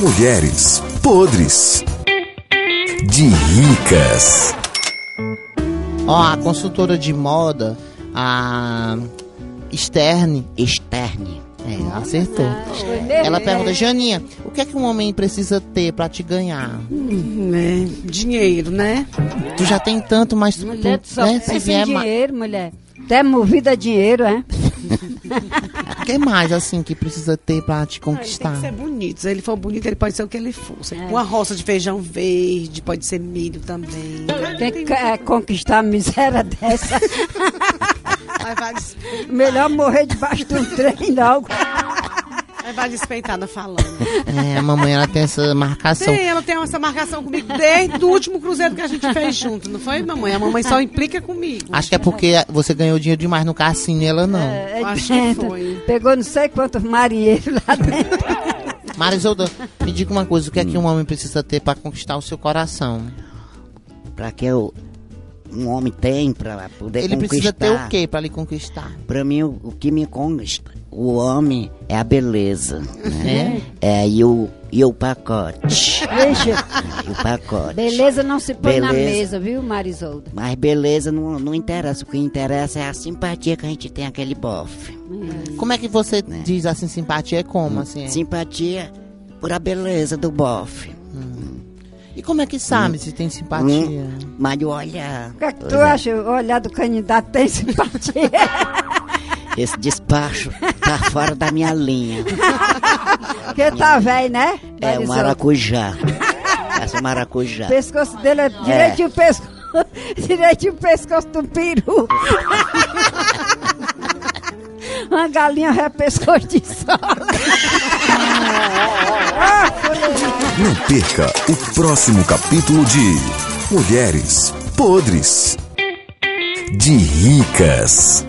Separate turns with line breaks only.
Mulheres podres de ricas.
Ó, a consultora de moda, a Stern, Stern, é, acertou. Ela pergunta, Janinha, o que é que um homem precisa ter pra te ganhar?
né? Dinheiro, né?
Tu já tem tanto, mas tu,
Mulher, tu só
né, se
pensa
vier
em
ma-
dinheiro, mulher. Até movida a dinheiro, é?
o que mais assim que precisa ter pra te
Ah, Ele tem
conquistar?
que ser bonito. Se ele for bonito, ele pode ser o que ele for.
É.
Se ele for Uma roça de feijão verde, pode ser milho também.
Tem que eh, conquistar a miséria dessa.
Aí vai, des-
Melhor morrer debaixo de um trem logo.
aí vai despeitada falando.
É, a mamãe ela tem essa marcação.
Tem, ela tem essa marcação comigo desde o último cruzeiro que a gente fez junto, não foi, mamãe? A mamãe só implica comigo.
Acho que é porque você ganhou dinheiro demais no cassino e ela não.
É,
Acho que
dentro.
foi.
Pegou não sei quantos marinheiros lá dentro.
Marisolda, me diga uma coisa, o que é que
Hum.
um homem precisa ter pra conquistar o seu coração?
Pra que eu, um homem tem pra poder
Ele precisa
conquistar.
ter o quê pra lhe conquistar?
Pra mim, o, o que me conquista, o homem é a beleza. né?
É?
É, e, o, e o pacote.
Veja,
E o pacote.
beleza não se põe na mesa,
Beleza.
viu, Marisolda?
Mas beleza não, não interessa. O que interessa é a simpatia que a gente tem aquele bofe.
Como é que você diz assim, simpatia é como, assim? é?
Simpatia por a beleza do bofe.
E como é que sabe se tem simpatia?
Hum, mas de olhar.
O que é que tu acha? O olhar do candidato tem simpatia?
Esse despacho tá fora da minha linha.
Porque tá velho, né?
É o
Marisolda?
maracujá. Essa maracujá.
O pescoço dele é direitinho o pescoço. Direitinho o pescoço do peru. Uma galinha é pescoço de sol.
Não perca o próximo capítulo de Mulheres podres de ricas.